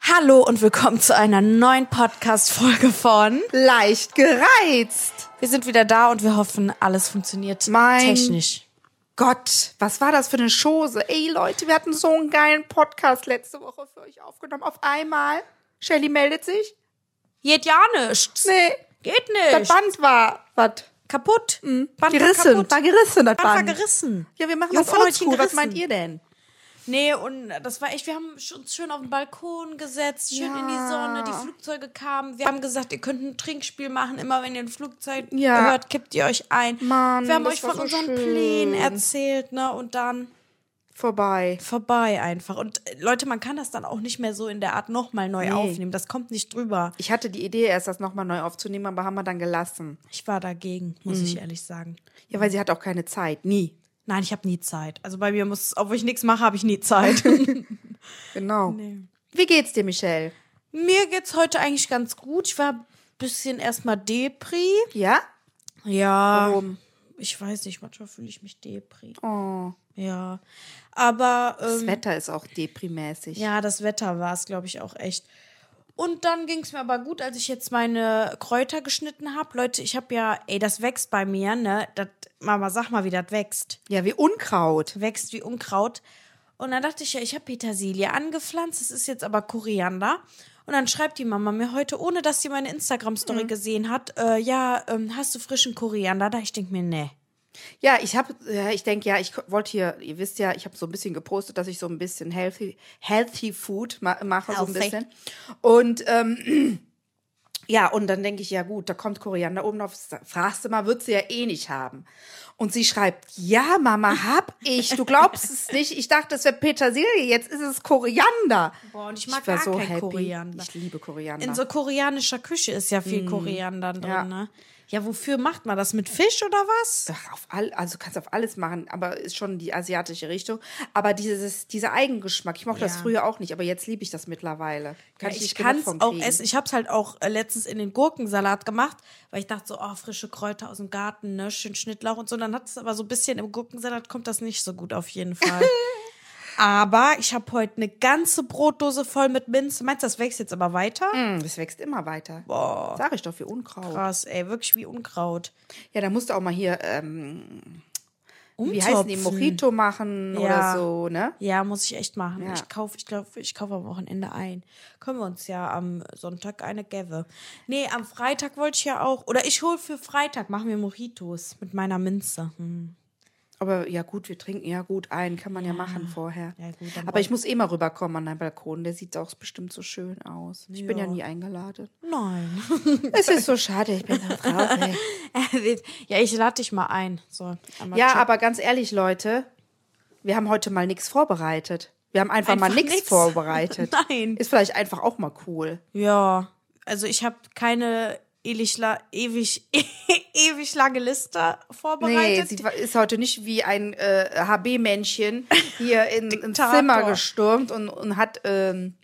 Hallo und willkommen zu einer neuen Podcast-Folge von Leicht gereizt. Wir sind wieder da und wir hoffen, alles funktioniert Mein- technisch. Gott, was war das für eine Chose? Ey Leute, wir hatten so einen geilen Podcast letzte Woche für euch aufgenommen. Auf einmal, Shelly meldet sich. Geht ja nichts. Nee, Geht das nicht. Band war was? kaputt. Band Hm. Gerissen, war war kaputt. gerissen, das Band war Band. gerissen. Ja, wir machen Jo, das von euch oldschool. Was gerissen. meint ihr denn? Nee, und das war echt, wir haben uns schön auf den Balkon gesetzt, schön in die Ja. Sonne, die Flugzeuge kamen. Wir haben gesagt, ihr könnt ein Trinkspiel machen, immer wenn ihr ein Flugzeug Ja. hört, kippt ihr euch ein. Mann, wir haben das euch war von so unseren schön. Plänen erzählt, ne, und dann Vorbei. vorbei einfach. Und äh, Leute, man kann das dann auch nicht mehr so in der Art nochmal neu aufnehmen. Das kommt nicht drüber. Ich hatte die Idee, erst das nochmal neu aufzunehmen, aber haben wir dann gelassen. Ich war dagegen, muss ich ehrlich sagen. Ja, weil sie hat auch keine Zeit. Nie. Nein, ich habe nie Zeit. Also bei mir muss, obwohl ich nichts mache, habe ich nie Zeit. Genau. Wie geht's dir, Michelle? Mir geht's heute eigentlich ganz gut. Ich war ein bisschen erstmal Depri. Ja? Ja. Warum? Ich weiß nicht, manchmal fühle ich mich Depri. Oh. Ja. Aber. Ähm, Das Wetter ist auch deprimäßig. Ja, das Wetter war es, glaube ich, auch echt. Und dann ging es mir aber gut, als ich jetzt meine Kräuter geschnitten habe. Leute, ich habe ja, ey, das wächst bei mir, ne? Das, Mama, sag mal, wie das wächst. ja, wie Unkraut. Wächst wie Unkraut. Und dann dachte ich ja, ich habe Petersilie angepflanzt, es ist jetzt aber Koriander. Und dann schreibt die Mama mir heute, ohne dass sie meine Instagram-Story gesehen hat, äh, ja, ähm, hast du frischen Koriander da? Ich denke mir, ne. nee. Ja, ich habe, ja, ich denke, ja, ich ko- wollte hier, ihr wisst ja, ich habe so ein bisschen gepostet, dass ich so ein bisschen healthy, healthy Food ma mache, so ein Healthy. bisschen. Und ähm, ja, und dann denke ich, ja gut, da kommt Koriander oben drauf, sa- fragst du mal, wird sie ja eh nicht haben. Und sie schreibt, ja, Mama, hab ich. Du glaubst es nicht. Ich dachte, es wäre Petersilie, jetzt ist es Koriander. Boah, und ich mag gar kein Koriander. Ich liebe Koriander. In so koreanischer Küche ist ja viel Koriander drin, Mm. Ja. ne? Ja, wofür macht man das? Mit Fisch oder was? Ach, auf all, also kannst auf alles machen, aber ist schon die asiatische Richtung. Aber dieses, dieser Eigengeschmack, ich mochte das Ja. früher auch nicht, aber jetzt liebe ich das mittlerweile. Kann Ja, ich nicht genug kann es von auch kriegen. essen. Ich habe es halt auch äh, letztens in den Gurkensalat gemacht, weil ich dachte so, oh, frische Kräuter aus dem Garten, ne? Schön Schnittlauch und so. Dann hat es aber so ein bisschen im Gurkensalat, kommt das nicht so gut auf jeden Fall. aber ich habe heute eine ganze Brotdose voll mit Minze. Meinst du, das wächst jetzt aber weiter? Mm, Das wächst immer weiter. Boah. Sag ich doch, wie Unkraut. Krass, ey, wirklich wie Unkraut. Ja, da musst du auch mal hier, ähm, wie Umtopfen. heißen die, Mojito machen Ja. oder so, ne? Ja, muss ich echt machen. Ja. Ich kaufe, ich glaube, ich kaufe am Wochenende ein. Können wir uns ja am Sonntag eine Gäve. Nee, am Freitag wollte ich ja auch. Oder ich hole für Freitag, machen wir Mojitos mit meiner Minze. Hm. Aber ja gut, wir trinken ja gut ein, kann man ja, machen vorher. Ja, gut, dann aber ich muss eh mal rüberkommen an deinen Balkon, der sieht auch bestimmt so schön aus. Ich bin ja Ja. nie eingeladen. Nein. es ist so schade, ich bin so traurig. ja, ich lade dich mal ein. So, einmal Ja, check- aber ganz ehrlich, Leute, wir haben heute mal nichts vorbereitet. Wir haben einfach, mal Einfach nichts nix. vorbereitet. Nein. Ist vielleicht einfach auch mal cool. Ja, also ich habe keine ewig, la- ewig, ewig lange Liste Nee, vorbereitet. sie war- ist heute nicht wie ein äh, HB-Männchen hier in, ins Diktator. Zimmer gestürmt und, und hat ähm,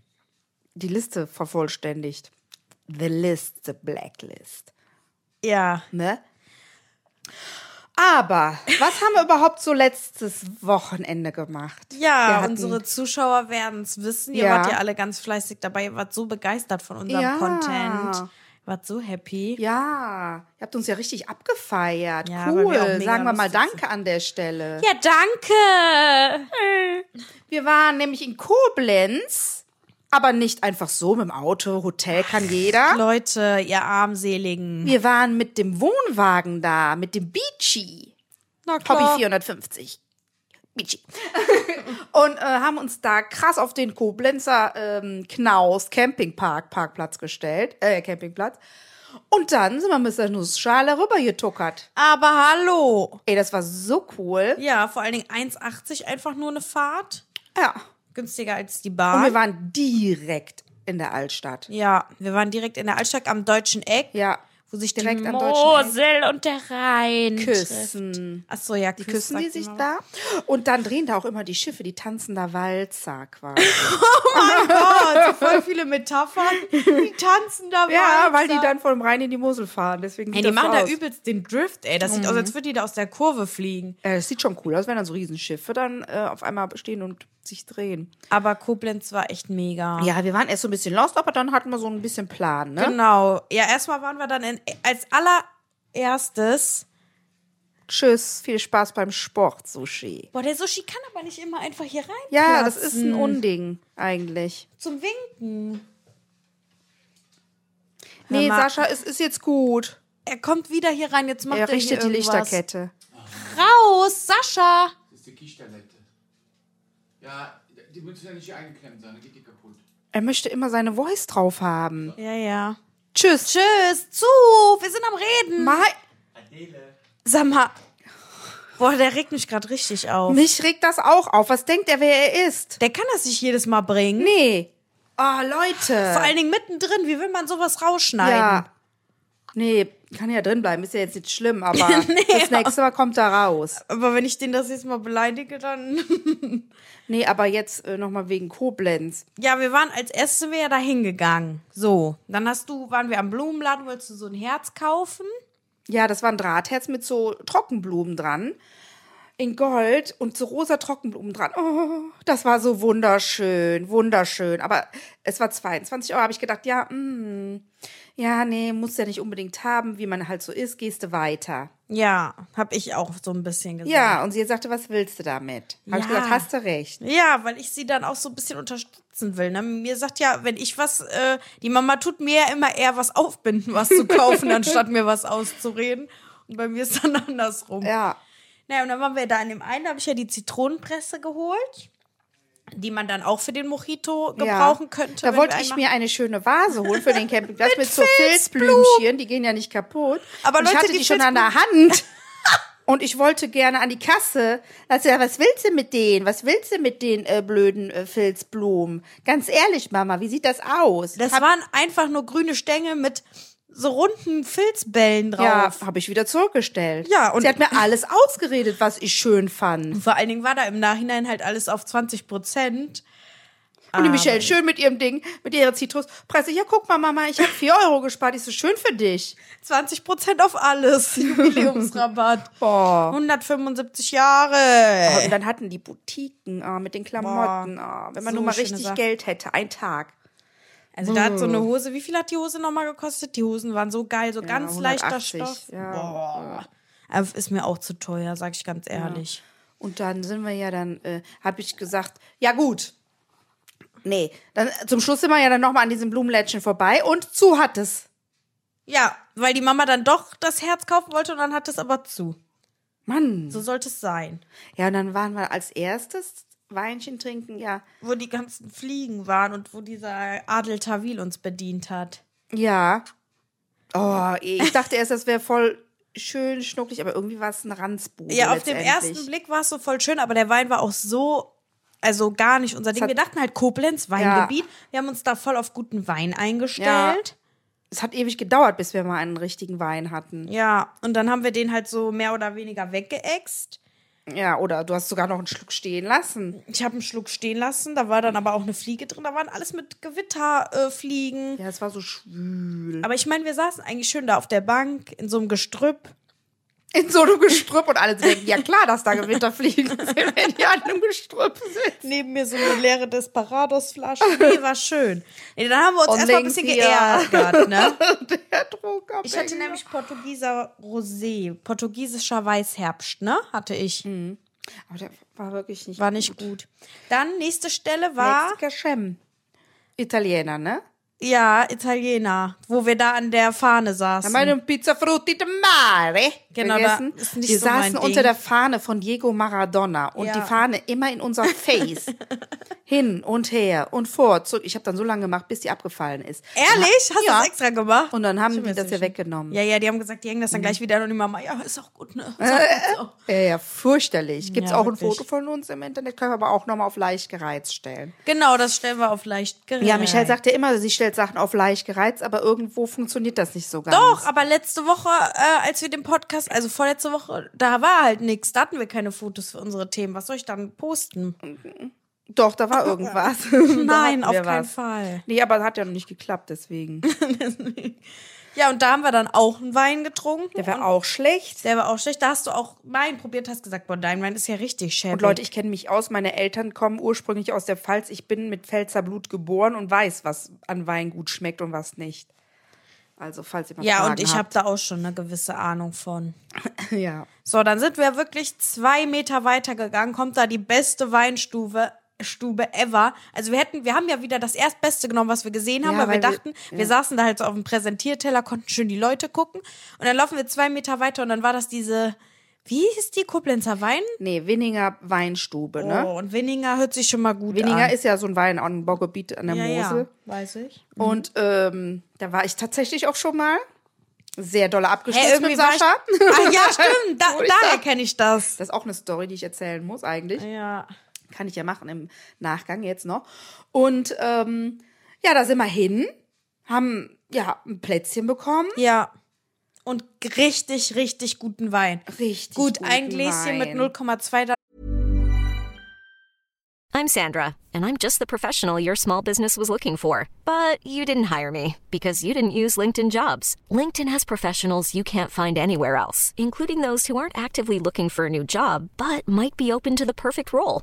die Liste vervollständigt. The List, the Blacklist. ja. Ne? Aber was haben wir überhaupt so letztes Wochenende gemacht? Wir Ja, hatten- unsere Zuschauer werden es wissen. Ihr Ja. wart ja alle ganz fleißig dabei. Ihr wart so begeistert von unserem Ja. Content. Ihr wart so happy. Ja, ihr habt uns ja richtig abgefeiert. Ja, weil wir cool. auch mega Sagen wir lustig mal Danke an der Stelle. Ja, danke. Äh. Wir waren nämlich in Koblenz, aber nicht einfach so mit dem Auto. Hotel kann jeder. Leute, ihr Armseligen. Wir waren mit dem Wohnwagen da, mit dem Beachy. Na Hobby 450. Beachy. Und äh, haben uns da krass auf den Koblenzer ähm, Knaus Campingpark Parkplatz gestellt. Äh, Campingplatz. Und dann sind wir mit der Nussschale rübergetuckert. Aber hallo. Ey, das war so cool. Ja, vor allen Dingen 1,80 einfach nur eine Fahrt. Ja. Günstiger als die Und wir Bahn. waren direkt in der Altstadt. ja, wir waren direkt in der Altstadt am Deutschen Eck. Ja. wo sich direkt am deutschen Eck Mosel und der Rhein. küssen. Achso, ja, Die küssen die sagt sich man. da und dann drehen da auch immer die Schiffe, die tanzen da Walzer quasi. Gott, Oh, voll viele Metaphern. Die tanzen da ja, Walzer. weil die dann vom Rhein in die Mosel fahren. Deswegen Ey, sieht die das Mhm. so machen da aus. übelst den Drift, ey. Das sieht aus, als würden die da aus der Kurve fliegen. Äh, Es sieht schon cool aus, wenn dann so Riesenschiffe dann äh, auf einmal stehen und sich drehen. Aber Koblenz war echt mega. Ja, wir waren erst so ein bisschen lost, aber dann hatten wir so ein bisschen Plan, ne? Genau. Ja, erstmal waren wir dann in, als allererstes. Tschüss, viel Spaß beim Sport, Sushi. Boah, der Sushi kann aber nicht immer einfach hier rein. Ja, das ist ein Unding eigentlich. Zum Winken. Nee, mal. Sascha, es ist jetzt gut. Er kommt wieder hier rein. Jetzt macht er, er richtet die hier irgendwas. Lichterkette. Raus, Sascha! Das ist die Kichterlette. Ja, die müssen ja nicht hier eingeklemmt sein, dann geht die kaputt. Er möchte immer seine Voice drauf haben. Ja, ja. Tschüss. Tschüss, zu! Wir sind am Reden. Mai. Adele. Sag mal. Boah, der regt mich gerade richtig auf. Mich regt das auch auf. Was denkt er, wer er ist? Der kann das nicht jedes Mal bringen. Nee. Oh, Leute. Vor allen Dingen mittendrin. Wie will man sowas rausschneiden? ja. Nee, kann ja drin bleiben. Ist ja jetzt nicht schlimm, aber das nächste Mal kommt da raus. Aber wenn ich den das jetzt mal beleidige, dann. Nee, aber jetzt äh, nochmal wegen Koblenz. Ja, wir waren als erstes sind wir ja da hingegangen. So. Dann hast du, waren wir am Blumenladen, wolltest du so ein Herz kaufen? Ja, das war ein Drahtherz mit so Trockenblumen dran. In Gold und so rosa Trockenblumen dran. Oh, das war so wunderschön, wunderschön. Aber es war 22 Euro, habe ich gedacht, ja, mm, ja, nee, muss ja nicht unbedingt haben, wie man halt so ist, gehst du weiter. Ja, hab ich auch so ein bisschen gesagt. Ja, und sie sagte, was willst du damit? Habe ich Ja. gesagt, hast du recht. Ja, weil ich sie dann auch so ein bisschen unterstützen will. Ne? Mir sagt ja, wenn ich was, äh, die Mama tut mir ja immer eher was aufbinden, was zu kaufen, anstatt mir was auszureden. Und bei mir ist dann andersrum. Ja, Naja, und dann waren wir da an dem einen, da habe ich ja die Zitronenpresse geholt, die man dann auch für den Mojito gebrauchen ja. könnte. Da wenn wollte wir ich einmal- mir eine schöne Vase holen für den Campingplatz mit, so Filzblümchen, die gehen ja nicht kaputt. Aber und ich Leute, hatte die die, schon an der Hand. Und ich wollte gerne an die Kasse. Also, ja, was willst du mit denen? Was willst du mit den äh, blöden äh, Filzblumen? Ganz ehrlich, Mama, wie sieht das aus? Das waren einfach nur grüne Stängel mit so runden Filzbällen ja, drauf. habe ich wieder zurückgestellt. Ja, und- sie hat mir alles ausgeredet, was ich schön fand. Und Vor allen Dingen war da im Nachhinein halt alles auf 20 Prozent. Und die Ah, Michelle schön mit ihrem Ding, mit ihrer Zitruspresse. Ja, guck mal, Mama, ich habe 4 Euro gespart. Ist so schön für dich. 20 Prozent auf alles. Jubiläumsrabatt. Boah. 175 Jahre. Und dann hatten die Boutiquen ah, mit den Klamotten. ah, wenn man so nur mal schöne richtig Sachen. Geld hätte, ein Tag. Also da hat so Mm. eine Hose, wie viel hat die Hose nochmal gekostet? Die Hosen waren so geil, so ganz leichter 180, Stoff. ja. Boah. Aber Ist mir auch zu teuer, sag ich ganz ehrlich. Und dann sind wir ja dann, äh, habe ich gesagt, ja gut. Nee, dann äh, zum Schluss sind wir ja dann nochmal an diesem Blumenlädchen vorbei und zu hat es. Ja, weil die Mama dann doch das Herz kaufen wollte und dann hat es aber zu. Mann. So sollte es sein. Ja, und dann waren wir als erstes Weinchen trinken, ja. Wo die ganzen Fliegen waren und wo dieser Adel Tawil uns bedient hat. Ja. Oh, eh, ich dachte erst, das wäre voll schön schnucklig, aber irgendwie war es ein Ranzbuch. Ja, auf dem ersten Blick war es so voll schön, aber der Wein war auch so, also gar nicht unser Ding. hat- Wir dachten halt Koblenz, Weingebiet. Wir haben uns da voll auf guten Wein eingestellt. Es hat ewig gedauert, bis wir mal einen richtigen Wein hatten. Ja. und dann haben wir den halt so mehr oder weniger weggeäxt. Ja, oder du hast sogar noch einen Schluck stehen lassen. Ich habe einen Schluck stehen lassen, da war dann aber auch eine Fliege drin, da waren alles mit Gewitterfliegen. Äh, Fliegen. Ja, es war so schwül. aber ich meine, wir saßen eigentlich schön da auf der Bank in so einem Gestrüpp. In so einem Gestrüpp und alle denken, ja klar, dass da Gewitter fliegen, sind, wenn die an einem Gestrüpp sind. Neben mir so eine leere Desperados-Flasche. Nee, war schön. Nee, dann haben wir uns Und erstmal ein links bisschen hier. geärgert, ne? Der Druck am Ich hatte Ende. nämlich Portugieser Rosé, portugiesischer Weißherbst, ne? Hatte ich. Aber der war wirklich nicht. War nicht gut. Dann nächste Stelle war Mexiker Schem. Italiener, ne? ja Italiener, wo wir da an der Fahne saßen. Meine Pizza Frutti de Mare. Genau, da Vergessen? ist nicht Wir so mein saßen Ding. unter der Fahne von Diego Maradona und Ja. die Fahne immer in unser Face. Hin und her und vor. zurück. Ich habe dann so lange gemacht, bis die abgefallen ist. Ehrlich? Hast Ja. du das extra gemacht? Und dann haben Ich hab die mir das ja nicht- weggenommen. Ja, ja, die haben gesagt, die hängen das dann gleich wieder an und die Mama, ja, ist auch gut, ne? Ist auch gut so. Ja, ja, fürchterlich. Gibt es Ja, auch wirklich. ein Foto von uns im Internet, können wir aber auch nochmal auf leicht gereizt stellen. genau, das stellen wir auf leicht gerät. Ja, Michelle sagte immer, sie stellt stellt Sachen auf leicht gereizt, aber irgendwo funktioniert das nicht so ganz. Doch, aber letzte Woche, äh, als wir den Podcast, also vorletzte Woche, da war halt nichts. Da hatten wir keine Fotos für unsere Themen. Was soll ich dann posten? Doch, da war irgendwas. Da hatten Nein, wir auf keinen was. Fall. Nee, aber hat ja noch nicht geklappt, deswegen. Ja, und da haben wir dann auch einen Wein getrunken. Der war auch schlecht. Der war auch schlecht. Da hast du auch meinen probiert, hast gesagt, boah, dein Wein ist ja richtig schäbig. Und Leute, ich kenne mich aus. Meine Eltern kommen ursprünglich aus der Pfalz. Ich bin mit Pfälzer Blut geboren und weiß, was an Wein gut schmeckt und was nicht. Also, falls ihr mal ja, Fragen und ich habe habt. da auch schon eine gewisse Ahnung von. Ja. So, dann sind wir wirklich zwei Meter weiter gegangen, kommt da die beste Weinstube. Stube ever. Also wir hätten, wir haben ja wieder das erstbeste genommen, was wir gesehen haben, Ja, weil, wir weil wir- dachten, wir saßen da halt so auf dem Präsentierteller, konnten schön die Leute gucken und dann laufen wir zwei Meter weiter und dann war das diese, wie hieß die Koblenzer Wein? Nee, Winninger Weinstube, ne? Oh, und Winninger hört sich schon mal gut Winninger an. ist ja so ein Weinanbaugebiet an der ja, Mhm. Mosel. ja, weiß ich. Und ähm, da war ich tatsächlich auch schon mal. Sehr doll abgestürzt Hey, irgendwie mit Sascha. War ich, ah, ja, stimmt. Da, Wo ich daher sag- kenne ich das. Das ist auch eine Story, die ich erzählen muss eigentlich. Ja. Kann ich ja machen im Nachgang jetzt noch. Und ähm, ja, da sind wir hin, haben ja ein Plätzchen bekommen. Ja. Und richtig, richtig guten Wein. Richtig. Gut, ein guten Gläschen Wein. mit 0,2 da I'm Sandra, and I'm just the professional your small business was looking for. But you didn't hire me because you didn't use LinkedIn jobs. LinkedIn has professionals you can't find anywhere else, including those who aren't actively looking for a new job but might be open to the perfect role,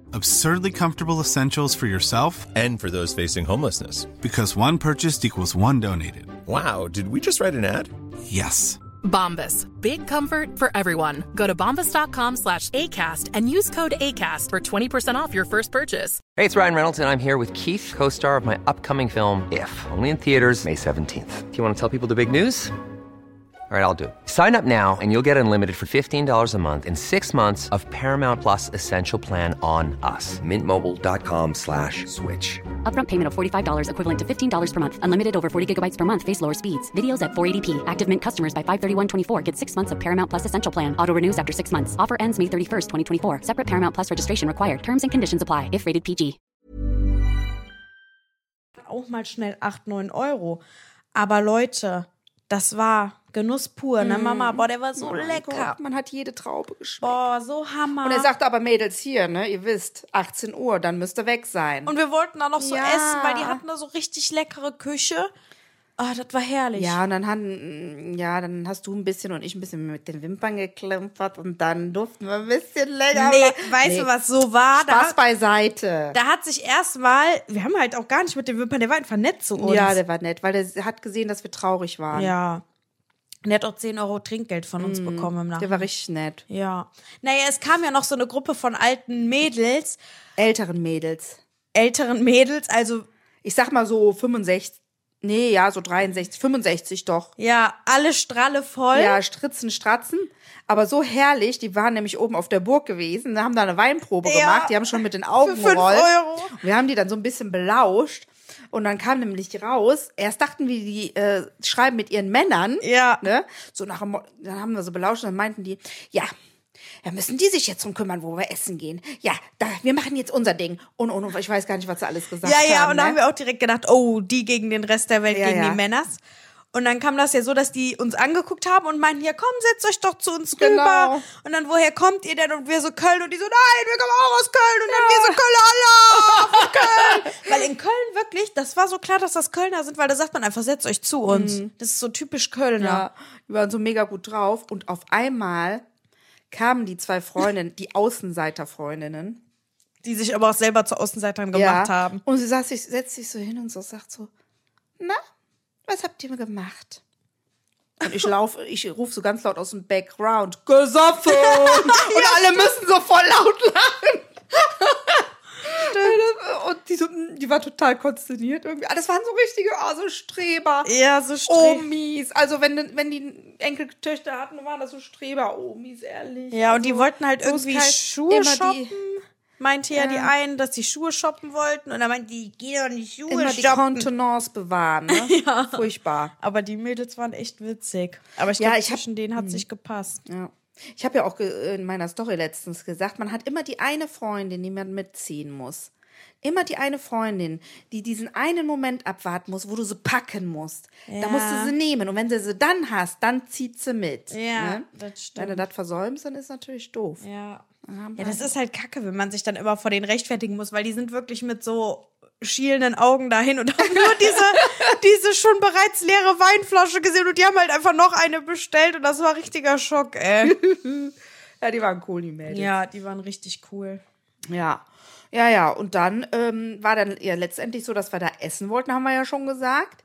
Absurdly comfortable essentials for yourself And for those facing homelessness. because one purchased equals one donated. Wow, did we just write an ad? Yes. Bombas. Big comfort for everyone. Go to bombas.com slash ACAST and use code ACAST for 20% off your first purchase. Hey, it's Ryan Reynolds, and I'm here with Keith, co star of my upcoming film, If, only in theaters, May 17th. Do you want to tell people the big news? All right, I'll do it. Sign up now and you'll get unlimited for $15 a month in six months of Paramount Plus Essential Plan on us. Mintmobile.com slash switch. Upfront payment of $45 equivalent to $15 per month. Unlimited over 40 gigabytes per month. Face lower speeds. Videos at 480p. Active Mint customers by 531.24 get six months of Paramount Plus Essential Plan. Auto renews after six months. Offer ends May 31st, 2024. Separate Paramount Plus registration required. Terms and conditions apply if rated PG. auch mal schnell 8, 9 Euro. Aber Leute, das war Genuss pur, ne Mama? Boah, der war so Oh mein lecker. Gott, man hat jede Traube geschmeckt. Boah, so Hammer. Und er sagte aber, Mädels, hier, ne, ihr wisst, 18 Uhr, dann müsst ihr weg sein. Und wir wollten da noch so Ja. essen, weil die hatten da so richtig leckere Küche. Ah, das war herrlich. ja, und dann, han, mm, ja, dann hast du ein bisschen und ich ein bisschen mit den Wimpern geklimpert und dann durften wir ein bisschen länger. Nee, weißt du, was so war? Spaß Da, beiseite. da hat sich erstmal, wir haben halt auch gar nicht mit dem Wimpern, der war einfach nett zu uns. ja, der war nett, weil der hat gesehen, dass wir traurig waren. ja. Und der hat auch 10 Euro Trinkgeld von uns bekommen im Mhm. Der Nachhinein. war richtig nett. Ja. Naja, es kam ja noch so eine Gruppe von alten Mädels, Älteren Mädels. älteren Mädels, also Ich sag mal so 65, nee, ja, so 63, 65 doch. ja, alle Stralle voll. Ja, Stritzen, Stratzen. Aber so herrlich, die waren nämlich oben auf der Burg gewesen, haben da eine Weinprobe Ja. gemacht, die haben schon mit den Augen Für fünf gerollt. Euro. Wir haben die dann so ein bisschen belauscht und dann kam nämlich raus, erst dachten wir, die äh, schreiben mit ihren Männern. Ja. Ne? So nach, dem Mo- dann haben wir so belauscht und dann meinten die, ja, da müssen die sich jetzt drum kümmern, wo wir essen gehen. Ja, da, wir machen jetzt unser Ding. Und, und, und ich weiß gar nicht, was sie alles gesagt Ja, haben. ja, und da ne? haben wir auch direkt gedacht, oh, die gegen den Rest der Welt, Ja, gegen ja. die Männers. Und dann kam das ja so, dass die uns angeguckt haben und meinten, ja komm, setzt euch doch zu uns Genau. rüber. Und dann, woher kommt ihr denn? Und wir so Köln und die so, nein, wir kommen auch aus Köln. Und dann wir so Köln, Allah, auf Köln. Weil in Köln wirklich, das war so klar, dass das Kölner sind, weil da sagt man einfach, setzt euch zu uns. Das ist so typisch Kölner. Mhm. Ja, die waren so mega gut drauf. Und auf einmal kamen die zwei Freundinnen, die Außenseiterfreundinnen, Die sich aber auch selber zu Außenseitern gemacht haben. Und sie saß sich, setzt sich so hin und so sagt so, na, was habt ihr mir gemacht? Und ich laufe, ich rufe so ganz laut aus dem Background, gesoffen! und alle müssen so voll laut lachen. vorstellen? Und die, so, mm, die war total konsterniert irgendwie. Ah, Das waren so richtige, oh, so Streber. Ja, so Streh. Omis. Also wenn, wenn die Enkeltöchter hatten, waren das so Streber. Omis, ehrlich. Ja, und Also, die wollten halt bloß irgendwie kein- Schuhe immer die- shoppen. meinte ja die einen, dass die Schuhe shoppen wollten. Und dann meinten die, geh doch nicht Schuhe Immer die shoppen. Kontenance bewahren. Ne? ja. Furchtbar. Aber die Mädels waren echt witzig. Aber ich Ja, glaube, ich hab- hm. zwischen denen hat sich gepasst. Ja. Ich habe ja auch ge- äh, in meiner Story letztens gesagt, man hat immer die eine Freundin, die man mitziehen muss. Immer die eine Freundin, die diesen einen Moment abwarten muss, wo du sie packen musst. Da musst du sie nehmen. Und wenn du sie dann hast, dann zieht sie mit. Ja, ne? das Wenn du stimmt. das versäumst, dann ist natürlich doof. Ja. Ja, das ist halt kacke, wenn man sich dann immer vor denen rechtfertigen muss, weil die sind wirklich mit so schielenden Augen dahin und haben nur diese, diese schon bereits leere Weinflasche gesehen und die haben halt einfach noch eine bestellt und das war richtiger Schock, ey. Ja, die waren cool, die Mädels. ja, die waren richtig cool. Ja. Ja, ja. Und dann ähm, war dann ja letztendlich so, dass wir da essen wollten, haben wir ja schon gesagt.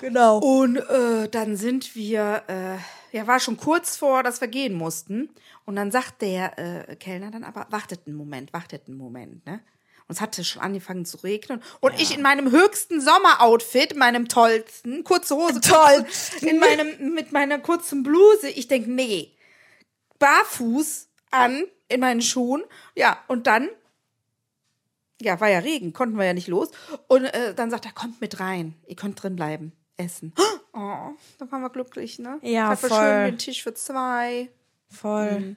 Genau. Und äh, dann sind wir, äh, ja, war schon kurz vor, dass wir gehen mussten. Und dann sagt der äh, Kellner dann aber, wartet einen Moment, wartet einen Moment, ne? Und es hatte schon angefangen zu regnen. Und ich in meinem höchsten Sommeroutfit, meinem tollsten, kurze Hose, toll, in meinem, mit meiner kurzen Bluse, ich denk, nee, barfuß an in meinen Schuhen. Ja, und dann, ja, war ja Regen, konnten wir ja nicht los. Und äh, dann sagt er, kommt mit rein, ihr könnt drin bleiben, essen. Oh, da waren wir glücklich, ne? Ja, Hat voll. schön den Tisch für zwei. Voll.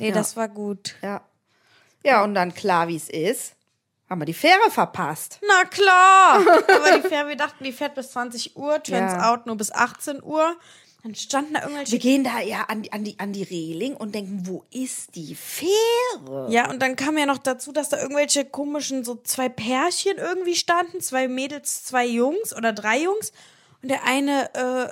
Nee, Ja. das war gut. Ja. Ja, und dann klar, wie es ist, haben wir die Fähre verpasst. Na klar! Aber die Fähre, wir dachten, die fährt bis 20 Uhr, Turns Ja. out nur bis 18 Uhr. Dann standen da Wir irgendwelche. gehen da ja an die, an die, an die Reling und denken, wo ist die Fähre? Ja, und dann kam ja noch dazu, dass da irgendwelche komischen, so zwei Pärchen irgendwie standen, zwei Mädels, zwei Jungs oder drei Jungs. Und der eine äh, äh,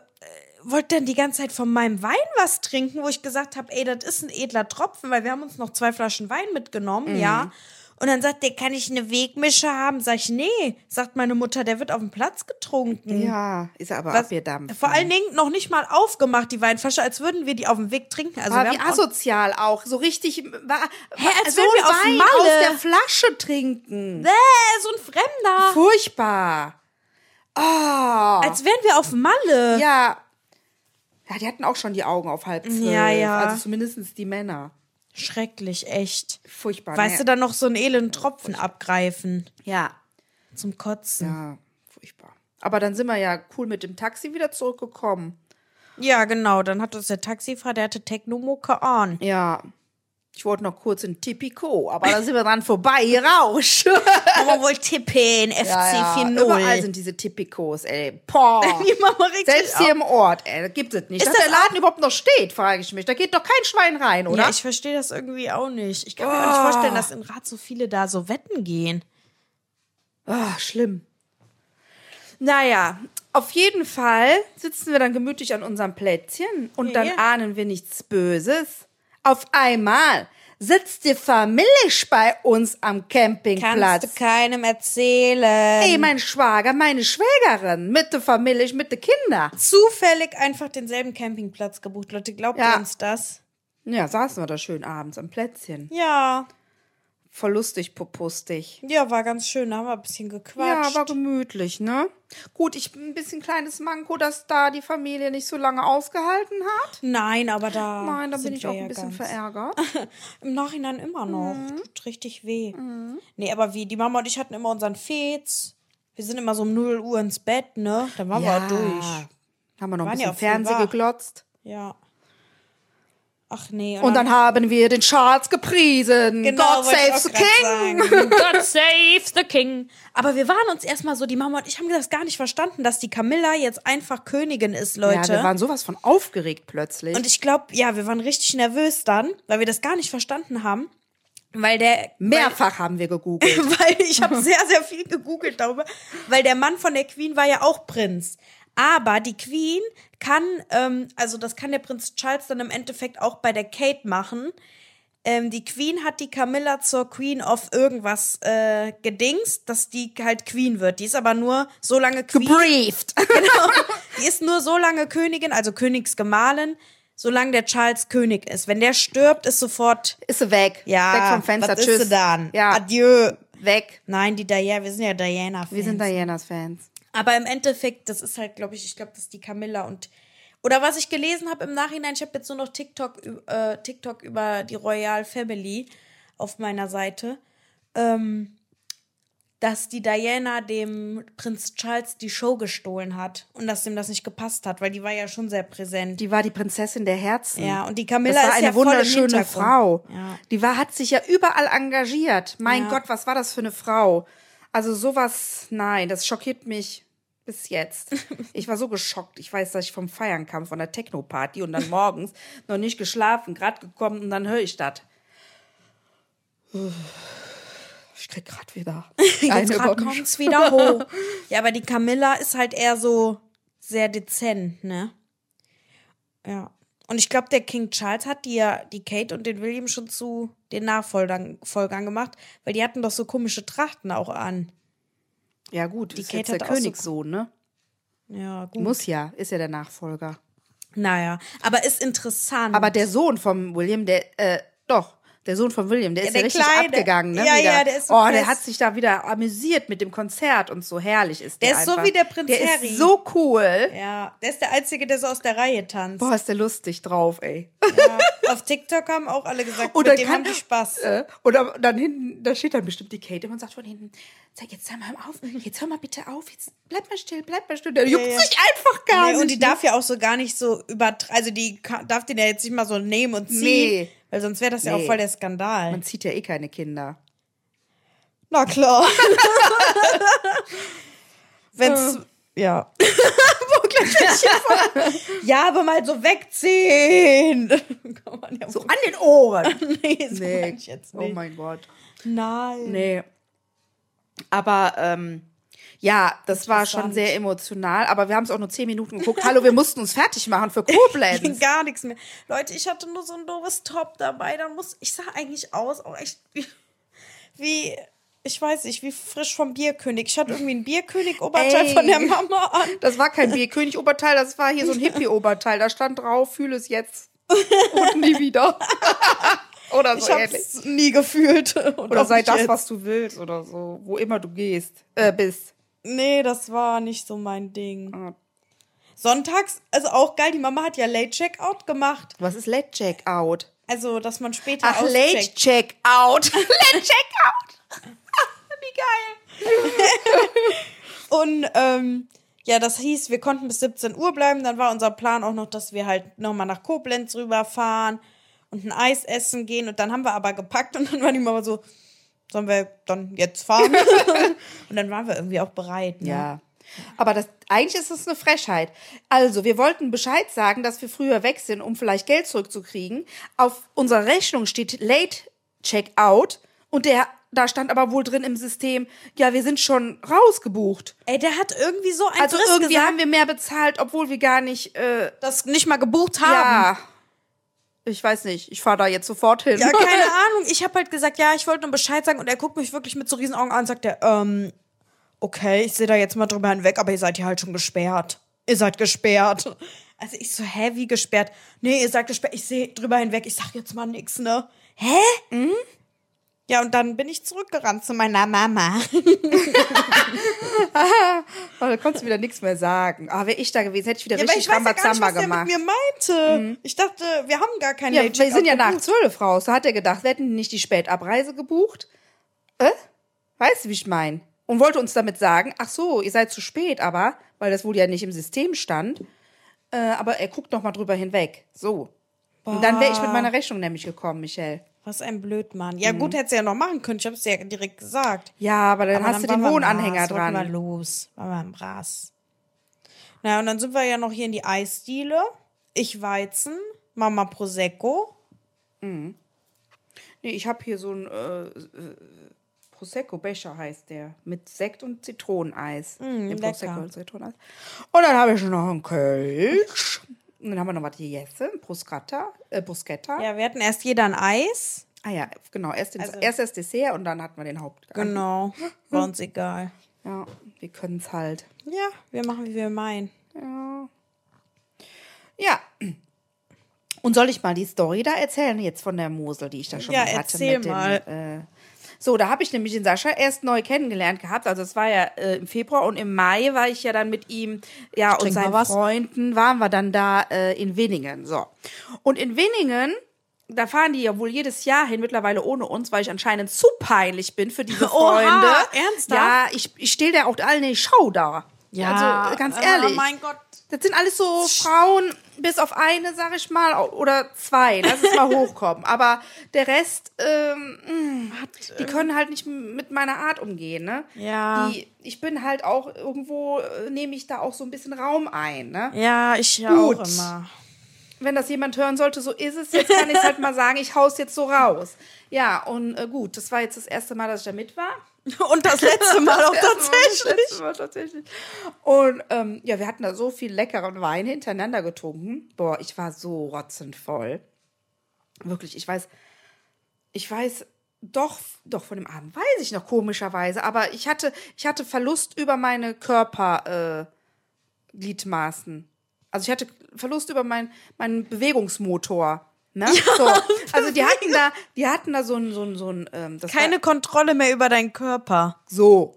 wollte dann die ganze Zeit von meinem Wein was trinken, wo ich gesagt habe, ey, das ist ein edler Tropfen, weil wir haben uns noch zwei Flaschen Wein mitgenommen, ja. Und dann sagt der, kann ich eine Wegmische haben? Sag ich, nee, sagt meine Mutter, der wird auf dem Platz getrunken. Ja, ist aber Was- abgedampft. Vor allen Dingen noch nicht mal aufgemacht, die Weinflasche, als würden wir die auf dem Weg trinken. Also Aber wir wie haben auch- asozial auch, so richtig, äh, war, Hä, als so würden wir ein auf Wein Malle- aus der Flasche trinken. Bäh, so ein Fremder. Furchtbar. Oh, Als wären wir auf Malle. ja. Ja, die hatten auch schon die Augen auf halb zwölf. Ja, ja. Also zumindest die Männer. Schrecklich, echt. Furchtbar. ne? Weißt du, dann noch so einen elenden Tropfen abgreifen. Ja. Zum Kotzen. Ja, furchtbar. Aber dann sind wir ja cool mit dem Taxi wieder zurückgekommen. Ja, genau. Dann hat uns der Taxifahrer, der hatte Technomoke on. Ja. Ich wollte noch kurz in Tipico, aber da sind wir dran vorbei. Hier Rausch. Aber wohl tippen, FC Ja, 4-0. Überall sind diese Tipicos, ey. Boah. die machen richtig Selbst hier im Ort, ey, da gibt es nicht. Ist Dass der das auch- Laden überhaupt noch steht, frage ich mich. Da geht doch kein Schwein rein, oder? Oh. Ja, ich verstehe das irgendwie auch nicht. Ich kann mir auch nicht vorstellen, dass in Rad so viele da so wetten gehen. Ah, schlimm. Naja, auf jeden Fall sitzen wir dann gemütlich an unserem Plätzchen und dann Ja. ahnen wir nichts Böses. Auf einmal sitzt die Familie bei uns am Campingplatz. keinem erzählen. Ey, mein Schwager, meine Schwägerin, mit der Familie, mit den Kindern. zufällig einfach denselben Campingplatz gebucht. Leute, glaubt Ja. ihr uns das? Ja, saßen wir da schön abends am Plätzchen. Ja, Voll lustig, popustig. ja, war ganz schön. Da haben wir ein bisschen gequatscht. Ja, war gemütlich, ne? Gut, ich bin ein bisschen kleines Manko, dass da die Familie nicht so lange ausgehalten hat. Nein, aber da. Nein, da sind bin ich wir auch ein ja bisschen Mhm. ganz- verärgert. Im Nachhinein immer noch. Tut richtig weh. Mhm. Nee, aber wie? Die Mama und ich hatten immer unseren Fez. Wir sind immer so um 0 Uhr ins Bett, ne? Dann waren wir auch durch. Haben wir noch Waren ein ja bisschen auch früh Fernsehen wach. geglotzt. Ja. Ach nee. Und dann haben wir den Charles gepriesen. Genau, God wollte ich saves the auch grad King. sagen. God saves the King. Aber wir waren uns erstmal so, die Mama und ich haben das gar nicht verstanden, dass die Camilla jetzt einfach Königin ist, Ja, Leute. wir waren sowas von aufgeregt plötzlich. und ich glaube, ja, wir waren richtig nervös dann, weil wir das gar nicht verstanden haben. Weil der. Mehrfach haben wir gegoogelt. Weil ich habe sehr, sehr viel gegoogelt darüber. Weil der Mann von der Queen war ja auch Prinz. Aber die Queen kann, ähm, also das kann der Prinz Charles dann im Endeffekt auch bei der Kate machen. Ähm, die Queen hat die Camilla zur Queen of irgendwas äh, gedingst, dass die halt Queen wird. Die ist aber nur so lange Queen. Genau. Gebrieft. Die ist nur so lange Königin, also Königsgemahlin, solange der Charles König ist. Wenn der stirbt, ist sofort, Ist sie weg. ja, Weg vom Fenster. was Tschüss. ist sie dann? Ja. Adieu. Weg. Nein, die Diana, wir sind ja Diana-Fans. Wir sind Dianas Fans. Aber im Endeffekt, das ist halt, glaube ich, ich glaube, das ist die Camilla und oder was ich gelesen habe im Nachhinein, ich habe jetzt nur noch TikTok, ü- äh, TikTok über die Royal Family auf meiner Seite, ähm, dass die Diana dem Prinz Charles die Show gestohlen hat und dass dem das nicht gepasst hat, weil die war ja schon sehr präsent. Die war die Prinzessin der Herzen. ja, und die Camilla das war ist eine ja voll im wunderschöne Hintergrund. Frau. Ja. Die war, hat sich ja überall engagiert. Mein Ja. Gott, was war das für eine Frau? Also sowas, nein, das schockiert mich bis jetzt. Ich war so geschockt. Ich weiß, dass ich vom Feiern kam, von der Techno-Party und dann morgens noch nicht geschlafen, gerade gekommen und dann höre ich das. Ich krieg gerade wieder. Jetzt eine über gerade mich. kommt's wieder hoch. Ja, aber die Camilla ist halt eher so sehr dezent, ne? Ja. Und ich glaube, der King Charles hat die ja, die Kate und den William schon zu den Nachfolgern Folgern gemacht, weil die hatten doch so komische Trachten auch an. Ja gut, Die die ist Kate jetzt der hat auch so- Hm. Königssohn, ne? Ja, gut. Muss ja, ist ja der Nachfolger. Naja, aber ist interessant. Aber der Sohn vom William, der, äh, doch, der Sohn von William, der Ja, ist ja der richtig Kleine. abgegangen, ne? Ja, wieder. ja, der ist so Oh, der krass. hat sich da wieder amüsiert mit dem Konzert und so herrlich ist der. Der ist so einfach. wie der Prinz Der Harry. ist so cool. ja, der ist der Einzige, der so aus der Reihe tanzt. Boah, ist der lustig drauf, ey. Ja. Auf TikTok haben auch alle gesagt, Und mit dann dem kann- haben die Spaß. Äh, und am- dann hinten, da steht dann bestimmt die Kate immer und sagt von hinten, sag jetzt hör mal auf, jetzt hör mal bitte auf, jetzt bleib mal still, bleib mal still. Der juckt ja. sich einfach gar Nee, nicht. und die ne? darf ja auch so gar nicht so über, also die ka- darf den ja jetzt nicht mal so nehmen und ziehen, Nee. weil sonst wäre das ja auch Nee. voll der Skandal. Man zieht ja eh keine Kinder. Na klar. Wenn's, ja. Äh. Wo gleich welche von- ja, aber mal so wegziehen. Kann man ja So an den Ohren. nee, so nee. ich jetzt Oh nicht. mein Gott. Nein. Nee. Aber ähm, ja, das war schon Interessant. sehr emotional. Aber wir haben es auch nur zehn Minuten geguckt. Hallo, wir mussten uns fertig machen für Koblenz. Ging gar nichts mehr. Leute, ich hatte nur so ein doofes Top dabei. Dann muss ich sah eigentlich aus, auch echt wie, wie ich weiß nicht, wie frisch vom Bierkönig. Ich hatte irgendwie ein Bierkönig-Oberteil Ey. von der Mama an. Das war kein Bierkönig-Oberteil, das war hier so ein Hippie-Oberteil. Da stand drauf, fühle es jetzt und nie wieder. oder Ich so ähnlich. hab's nie gefühlt. Und Also Oder auch sei nicht das, jetzt. was du willst oder so, wo immer du gehst, äh, bist. Nee, das war nicht so mein Ding. Ah. Sonntags, also auch geil, die Mama hat ja Late Checkout gemacht. Was ist Late Checkout? Also, dass man später Ach, Late auscheckt. Checkout. Late Checkout. Und ähm, ja, das hieß, wir konnten bis 17 Uhr bleiben. Dann war unser Plan auch noch, dass wir halt nochmal nach Koblenz rüberfahren und ein Eis essen gehen. Und dann haben wir aber gepackt und dann war die Mama so, sollen wir dann jetzt fahren? und dann waren wir irgendwie auch bereit. Ne? Ja. Aber das, eigentlich ist es eine Frechheit. Also, wir wollten Bescheid sagen, dass wir früher weg sind, um vielleicht Geld zurückzukriegen. Auf unserer Rechnung steht Late Checkout und der, da stand aber wohl drin im System, ja, wir sind schon rausgebucht. Ey, der hat irgendwie so ein Also Driss irgendwie gesagt, haben wir mehr bezahlt, obwohl wir gar nicht, äh, das nicht mal gebucht haben. ja. Ich weiß nicht, ich fahre da jetzt sofort hin. Ja, keine Ahnung. Ich habe halt gesagt, ja, ich wollte nur Bescheid sagen und er guckt mich wirklich mit so riesen Augen an und sagt, er, ähm, okay, ich sehe da jetzt mal drüber hinweg, aber ihr seid hier halt schon gesperrt. Ihr seid gesperrt. Also ich so, hä, wie gesperrt? Nee, ihr seid gesperrt, ich sehe drüber hinweg, ich sag jetzt mal nix, ne? Hä? Mhm. Ja, und dann bin ich zurückgerannt zu meiner Mama. Oh, da konntest du wieder nichts mehr sagen. Ah, wäre ich da gewesen, hätte ich wieder Ja, aber richtig ich weiß ja gar nicht, Rambazamba was der gemacht. Mhm. mit mir meinte. Ich dachte, wir haben gar keinen Ja, Late wir sind ja Checkout nach gebucht. zwölf raus. Da hat er gedacht, wir hätten nicht die Spätabreise gebucht. Äh? Weißt du, wie ich meine? Und wollte uns damit sagen, ach so, ihr seid zu spät, aber, weil das wohl ja nicht im System stand. Äh, aber er guckt noch mal drüber hinweg. So. Und dann wäre ich mit meiner Rechnung nämlich gekommen, Michelle. Was ein Blödmann. Ja, Mhm. gut, hättest du ja noch machen können. Ich habe es ja direkt gesagt. Ja, aber dann Aber hast waren du wir den am Wohnanhänger Ras, wollten dran. wir los, waren wir im Ras. Na, und dann sind wir ja noch hier in die Eisdiele. Ich Weizen, Mama Prosecco. Nee, ich habe hier so ein äh, äh, Prosecco-Becher heißt der. Mit Sekt und Zitroneneis. Mit Mm, lecker. Prosecco und Zitroneneis. Und dann habe ich noch einen Kölsch. Und dann haben wir noch was gegessen. Bruschetta. Äh, Bruschetta. Ja, wir hatten erst jeder ein Eis. Ah ja, genau. Erst, den, erst das Dessert und dann hatten wir den Hauptgang. Genau, war uns egal. Ja, wir können es halt. Ja, wir machen, wie wir meinen. Ja. Und soll ich mal die Story da erzählen, jetzt von der Mosel, die ich da schon Ja, mal hatte? erzähl mal. Dem, äh, so, da habe ich nämlich den Sascha erst neu kennengelernt gehabt. Also es war ja äh, im Februar und im Mai war ich ja dann mit ihm, ja, und trink mal seinen was. Freunden waren wir dann da äh, in Winningen. So. Und in Winningen, da fahren die ja wohl jedes Jahr hin, mittlerweile ohne uns, weil ich anscheinend zu peinlich bin für diese Oha, Freunde. ernsthaft? Ja, ich, ich stehe da auch allen in die Schau da. also ganz ehrlich. Oh mein Gott. Das sind alles so Frauen, bis auf eine, sag ich mal, au- oder zwei. Lass es mal hochkommen. Aber der Rest, ähm, mh, die können halt nicht m- mit meiner Art umgehen, ne? äh, Ja. Die, ich bin halt auch irgendwo, äh, nehme ich da auch so ein bisschen Raum ein, ne? Ja, ich ja Gut. auch immer. wenn das jemand hören sollte, so ist es. Jetzt kann ich halt mal sagen, ich hau's jetzt so raus. Ja, und äh, gut, das war jetzt das erste Mal, dass ich da mit war. Und das letzte Mal auch Das erste Mal, das tatsächlich. letzte Mal tatsächlich. Und ähm, ja, wir hatten da so viel leckeren Wein hintereinander getrunken. Boah, ich war so rotzend voll. Wirklich, ich weiß, ich weiß doch, doch von dem Abend weiß ich noch komischerweise, aber ich hatte, ich hatte Verlust über meine Körpergliedmaßen. Äh, Gliedmaßen. also ich hatte Verlust über mein, meinen Bewegungsmotor. Ne? so. Also die hatten da, die hatten da so ein, so ein, so ein ähm, das war- Keine Kontrolle mehr über deinen Körper. so.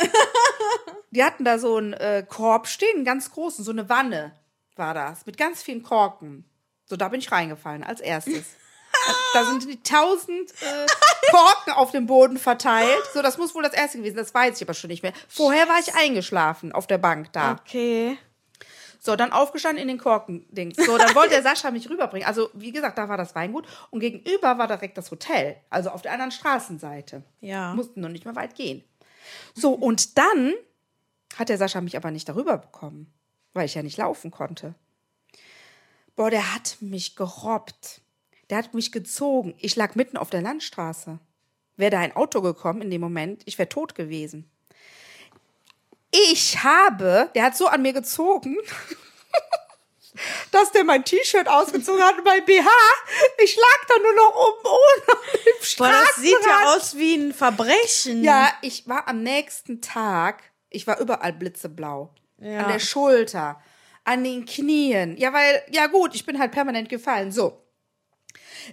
Die hatten da so einen äh, Korb stehen, einen ganz großen, so eine Wanne war das, mit ganz vielen Korken. So, da bin ich reingefallen als erstes. Da sind die tausend äh, Korken auf dem Boden verteilt. So, das muss wohl das erste gewesen. sein. Das weiß ich aber schon nicht mehr. Vorher war ich eingeschlafen auf der Bank da. Ah. Okay. So, dann aufgestanden in den Korkendings. So, dann wollte der Sascha mich rüberbringen. Also, wie gesagt, da war das Weingut und gegenüber war direkt das Hotel. Also auf der anderen Straßenseite. Ja. Mhm. Mussten noch nicht mehr weit gehen. So, und dann hat der Sascha mich aber nicht darüber bekommen, weil ich ja nicht laufen konnte. Boah, der hat mich gerobbt. Der hat mich gezogen. Ich lag mitten auf der Landstraße. Wäre da ein Auto gekommen in dem Moment, ich wäre tot gewesen. Ich habe, der hat so an mir gezogen, dass der mein T-Shirt ausgezogen hat und mein BH. Ich lag da nur noch oben ohne im Boah, Straßenrand. das sieht ja aus wie ein Verbrechen. Ja, ich war am nächsten Tag, ich war überall blitzeblau. Ja. An der Schulter, an den Knien. Ja, weil, ja gut, ich bin halt permanent gefallen. So.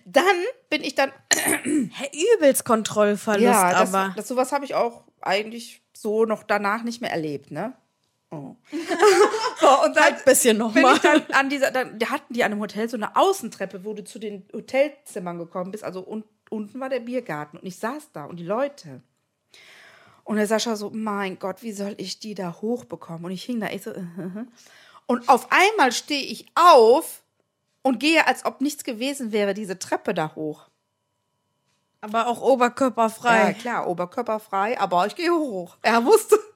Dann bin ich dann. Hey, äh, übelst Kontrollverlust, Ja, das, aber. das sowas habe ich auch eigentlich so noch danach nicht mehr erlebt, ne? Oh. so, und dann Halt bisschen noch bin mal. ich dann an dieser, dann da hatten die an dem Hotel so eine Außentreppe, wo du zu den Hotelzimmern gekommen bist. Also un, unten war der Biergarten und ich saß da und die Leute. Und der Sascha so, mein Gott, wie soll ich die da hochbekommen? Und ich hing da, ich so, äh, und auf einmal stehe ich auf und gehe, als ob nichts gewesen wäre, diese Treppe da hoch. aber auch oberkörperfrei. Ja, klar, oberkörperfrei, aber ich gehe hoch. Er wusste,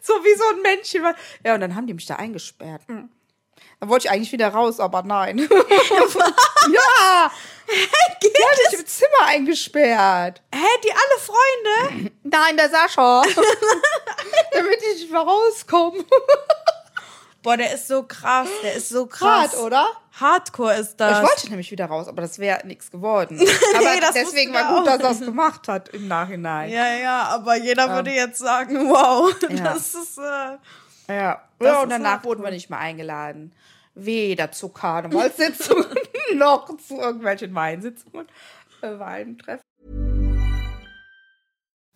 so wie so ein Männchen. war- Ja, und dann haben die mich da eingesperrt. Hm. Dann wollte ich eigentlich wieder raus, aber nein. ja! Die haben mich im Zimmer eingesperrt. Hä, die alle Freunde? Nein, der Sascha. Damit ich nicht mehr rauskomme. Boah, der ist so krass, der ist so krass. Hart, oder? Hardcore ist das. Ich wollte nämlich wieder raus, aber das wäre nichts geworden. Aber das deswegen wussten war wir gut, auch. dass er es gemacht hat im Nachhinein. ja, ja, aber jeder würde jetzt sagen, wow, Ähm. Ja. das ist äh, Ja, Das ja ist und danach hart. wurden wir nicht mehr eingeladen. Weder zu Karnevalssitzungen noch zu irgendwelchen Weinsitzungen, äh, Weintreffen.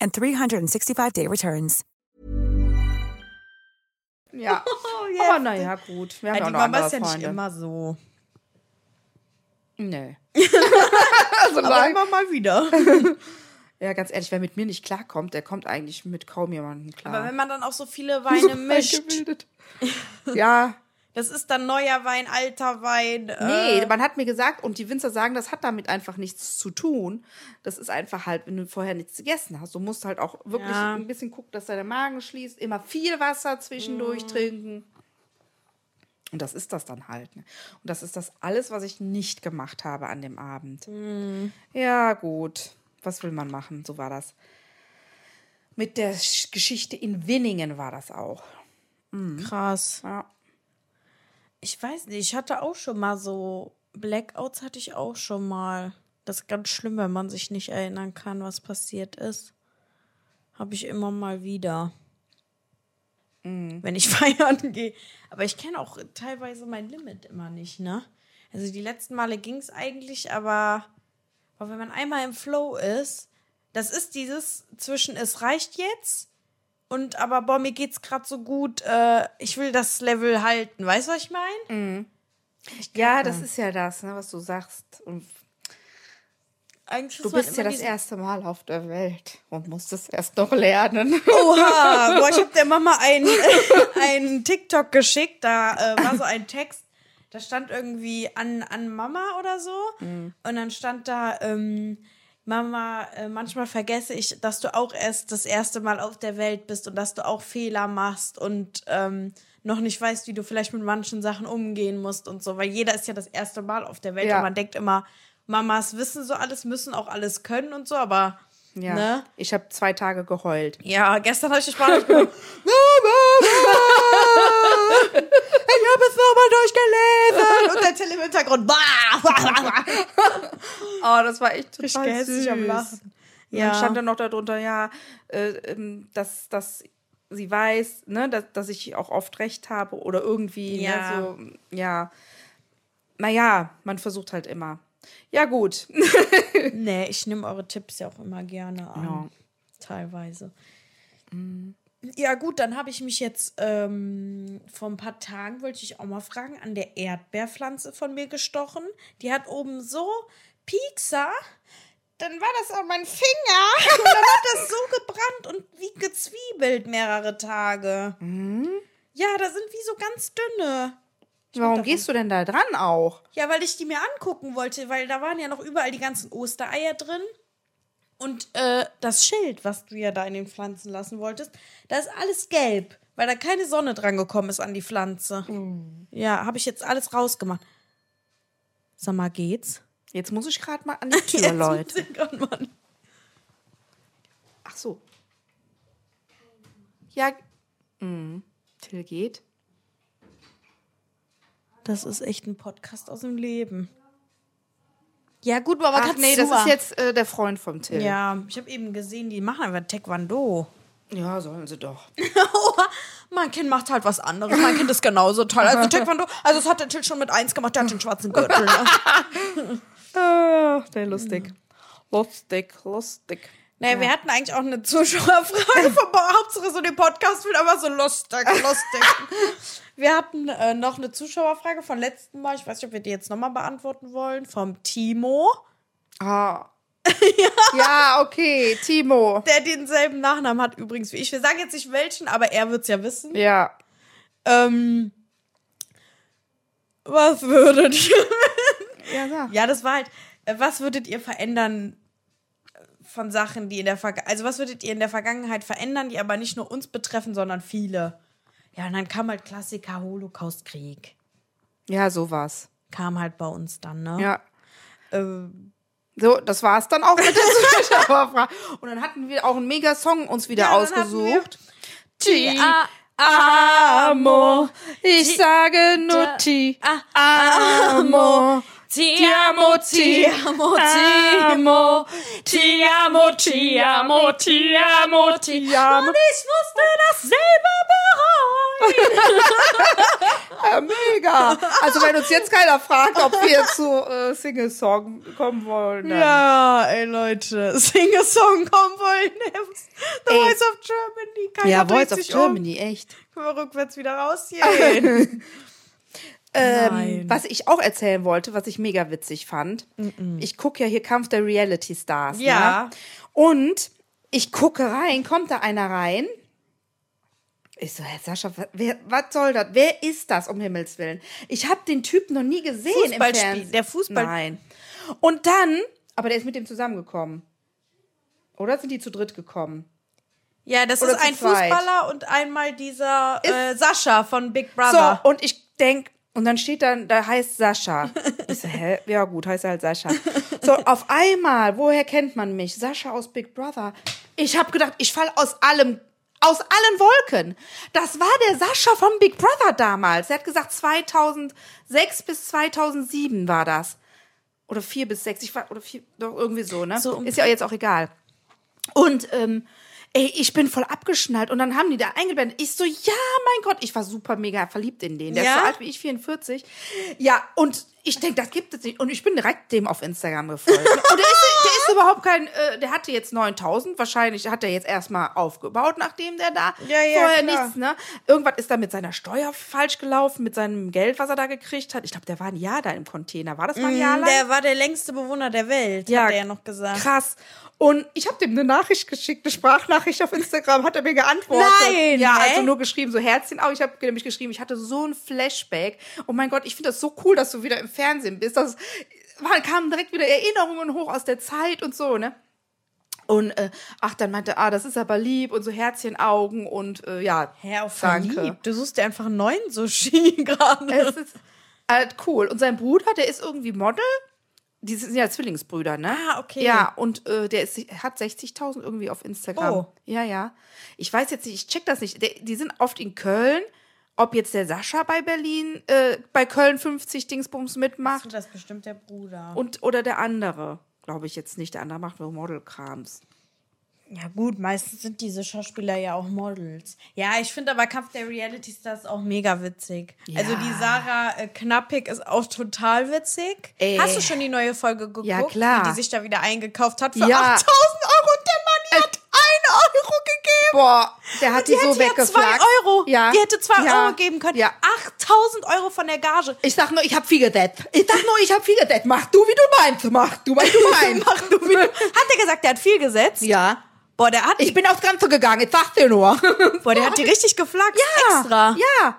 and 365-day returns. Ja. Aber naja, gut. Wir haben ja, auch Oh, Ja, die noch Mama andere ist ja nicht Freunde. immer so. Nee. also Aber nein. immer mal wieder. Ja, ganz ehrlich, wer mit mir nicht klarkommt, der kommt eigentlich mit kaum jemandem klar. Aber wenn man dann auch so viele Weine mischt, ja. das ist dann neuer Wein, alter Wein. Äh, Nee, man hat mir gesagt, und die Winzer sagen, das hat damit einfach nichts zu tun. Das ist einfach halt, wenn du vorher nichts gegessen hast. Du musst halt auch wirklich Ja. ein bisschen gucken, dass dein Magen schließt. Immer viel Wasser zwischendurch Mhm. trinken. Und das ist das dann halt. Ne? Und das ist das alles, was ich nicht gemacht habe an dem Abend. Mhm. Ja, gut. Was will man machen? So war das. Mit der Sch- Geschichte in Winningen war das auch. Ähm. krass. Ja. Ich weiß nicht, ich hatte auch schon mal so Blackouts hatte ich auch schon mal. Das ist ganz schlimm, wenn man sich nicht erinnern kann, was passiert ist. Habe ich immer mal wieder. Wenn ich feiern gehe. Aber ich kenne auch teilweise mein Limit immer nicht, ne? Also die letzten Male ging es eigentlich, aber, aber wenn man einmal im Flow ist, das ist dieses zwischen es reicht jetzt und aber boah, mir geht's gerade so gut, äh, ich will das Level halten. Weißt du, was ich meine? Ja, das ist ja das, ne, was du sagst. Und Eigentlich Du ist man bist immer ja das diese- erste Mal auf der Welt und musst es erst noch lernen. Oha, boah, ich habe der Mama einen, einen TikTok geschickt, da äh, war so ein Text, da stand irgendwie an, an Mama oder so Mhm. und dann stand da, ähm, Mama, äh, manchmal vergesse ich, dass du auch erst das erste Mal auf der Welt bist und dass du auch Fehler machst und ähm, noch nicht weißt, wie du vielleicht mit manchen Sachen umgehen musst und so, weil jeder ist ja das erste Mal auf der Welt Ja. und man denkt immer, Mamas wissen so alles, müssen auch alles können und so, aber Ja. ne? Ich habe zwei Tage geheult. Ja, gestern habe ich die Sprache gemacht. ich habe es nochmal durchgelesen. Also, Und der Till im Hintergrund. Bah, bah, bah, bah. Oh, das war echt Richtig total hässlich süß. am Lachen. Ja. Ja. Dann stand dann noch darunter, ja, äh, ähm, dass, dass sie weiß, ne, dass, dass ich auch oft recht habe oder irgendwie, Ja. ne, so, ja. Naja, man versucht halt immer. Ja, gut. Nee, ich nehme eure Tipps ja auch immer gerne an. Ja. Teilweise. Mhm. Ja, gut, dann habe ich mich jetzt ähm, vor ein paar Tagen, wollte ich auch mal fragen, an der Erdbeerpflanze von mir gestochen. Die hat oben so Piekser. Dann war das an meinem Finger. Und dann hat das so gebrannt und wie gezwiebelt mehrere Tage. Ja, da sind wie so ganz dünne. Warum gehst du denn da dran auch? Ja, weil ich die mir angucken wollte, weil da waren ja noch überall die ganzen Ostereier drin. Und äh, das Schild, was du ja da in den Pflanzen lassen wolltest, da ist alles gelb, weil da keine Sonne dran gekommen ist an die Pflanze. Ja, habe ich jetzt alles rausgemacht. Sag mal, geht's? Jetzt muss ich gerade mal an die Tür, Jetzt Leute. muss ich grad mal- Ach so. Ja. Mhm. Till geht. Das ist echt ein Podcast aus dem Leben. Ja, gut, aber Ach kannst nee, du das ist mal- jetzt äh, der Freund vom Till. Ja, ich habe eben gesehen, die machen einfach Taekwondo. ja, sollen sie doch. Mein Kind macht halt was anderes. Mein Kind ist genauso toll. Also Taekwondo, also das hat der Till schon mit eins gemacht, der hat den schwarzen Gürtel. Ne? Ah, der lustig. Lustig, lustig. Naja, wir hatten eigentlich auch eine Zuschauerfrage vom Bau. Hauptsache so den Podcast wird aber so lustig, lustig. wir hatten äh, noch eine Zuschauerfrage von letzten Mal. Ich weiß nicht, ob wir die jetzt nochmal beantworten wollen. Vom Timo, Ah. ja. ja, okay, Timo. der denselben Nachnamen hat übrigens wie ich. Wir sagen jetzt nicht welchen, aber er wird's ja wissen. Ja. Ähm, was würdet ihr Ja, sag. Ja, das war halt, äh, was würdet ihr verändern äh, von Sachen, die in der Vergangenheit, also was würdet ihr in der Vergangenheit verändern, die aber nicht nur uns betreffen, sondern viele? Ja, und dann kam halt Klassiker Holocaustkrieg. ja sowas. Kam halt bei uns dann, ne? Ja. Äh. Ähm, So, das war's dann auch mit der Zuschauerfrage. Und dann hatten wir auch einen Mega-Song uns wieder Ja, dann hatten ausgesucht. wir- T-A- Amo, ich sage nur Ti. Amo, Ti amo, Ti amo, Ti amo, Ti amo, Ti amo, Ti amo, Ti amo. Und ich musste das selber bereuen. ja, mega. Also wenn uns jetzt keiner fragt, ob wir zu äh, Single-Song kommen wollen. Dann. Ja, ey Leute, sing a song, komm wollen. The Ey. Voice of Germany. Keiner Ja, dreht Voice of sich um. Germany, echt. Können wir rückwärts wieder rausgehen. Ähm, Nein. was ich auch erzählen wollte, was ich mega witzig fand. Ich gucke ja hier Kampf der Reality Stars. Ja. Ne? Und ich gucke rein, kommt da einer rein? Ich so, Herr Sascha, wa- wer, was soll das? Wer ist das, um Himmels Willen? Ich habe den Typ noch nie gesehen im Fußballspiel- Fernsehen. der Fußball- Nein. Und dann, aber der ist mit dem zusammengekommen. Oder sind die zu dritt gekommen? ja, das Oder ist zu ein zweit. Fußballer und einmal dieser äh, Sascha von Big Brother. So, und ich denk und dann steht dann, da heißt Sascha. Ich so, hä? Ja, gut, heißt er halt Sascha. So, auf einmal, woher kennt man mich? Sascha aus Big Brother. Ich habe gedacht, ich fall aus allem, aus allen Wolken. Das war der Sascha von Big Brother damals. Er hat gesagt, 2006 bis 2007 war das. Oder 4 bis 6, ich war, oder 4, doch irgendwie so, ne? So um- Ist ja jetzt auch egal. Und ähm, ey, ich bin voll abgeschnallt. Und dann haben die da eingeblendet. Ich so, ja, mein Gott, ich war super mega verliebt in den. Der Ja? ist so alt wie ich, 44. Ja, und ich denke, das gibt es nicht. Und ich bin direkt dem auf Instagram gefolgt. Und der ist, der ist überhaupt kein, äh, der hatte jetzt 9000. Wahrscheinlich hat er jetzt erstmal aufgebaut, nachdem der da Ja, ja, vorher klar. nichts, ne? Irgendwas ist da mit seiner Steuer falsch gelaufen, mit seinem Geld, was er da gekriegt hat. Ich glaube, der war ein Jahr da im Container. War das mal ein Jahr lang? der war der längste Bewohner der Welt, hat er ja noch gesagt. Krass. Und ich habe dem eine Nachricht geschickt, eine Sprachnachricht auf Instagram, hat er mir geantwortet. Nein, Ja, hä? also nur geschrieben, so Herzchen auch. Ich habe nämlich geschrieben, ich hatte so ein Flashback. Oh mein Gott, ich finde das so cool, dass du wieder im Fernsehen bist. Das waren, kamen direkt wieder Erinnerungen hoch aus der Zeit und so, ne? Und äh, ach, dann meinte er, ah, das ist aber lieb und so Herzchenaugen und äh, ja, Hä, auf danke. verliebt. Du suchst dir einfach einen neuen Sushi gerade. Es ist halt cool. Und sein Bruder, der ist irgendwie Model. Die sind ja Zwillingsbrüder, ne? Ah, okay. Ja, und äh, der ist, hat 60.000 irgendwie auf Instagram. Oh. Ja, ja. Ich weiß jetzt nicht, ich check das nicht. Der, die sind oft in Köln. Ob jetzt der Sascha bei Berlin, äh, bei Köln 50 Dingsbums mitmacht Das ist bestimmt der Bruder. und oder der andere. Glaube ich jetzt nicht. Der andere macht nur Modelkrams. Ja gut, meistens sind diese Schauspieler ja auch Models. Ja, ich finde aber Kampf der Reality Stars auch mega witzig. Also die Sarah äh, Knappig ist auch total witzig. Ey. Hast du schon die neue Folge geguckt? Ja, klar. Wie die sich da wieder eingekauft hat für Ja. Also, 8000 Euro und der Mann hat 1 Euro gegeben. Boah, der hat die, hätte so weggeflackt. 2 Euro. Ja. Die hätte 2 Ja. Euro geben können. Ja. 8000 Euro von der Gage. Ich sag nur, ich hab viel gedettet. Ich sag nur, ich hab viel gedettet. Mach du, wie du meinst. Mach du, wie du meinst. Mach du wieder. Hat er gesagt, der hat viel gesetzt? Ja. Boah, der hat, Ich bin aufs Ganze gegangen, ich sag's dir nur. boah, der hat die richtig geflaggt. Ja, Extra. Ja.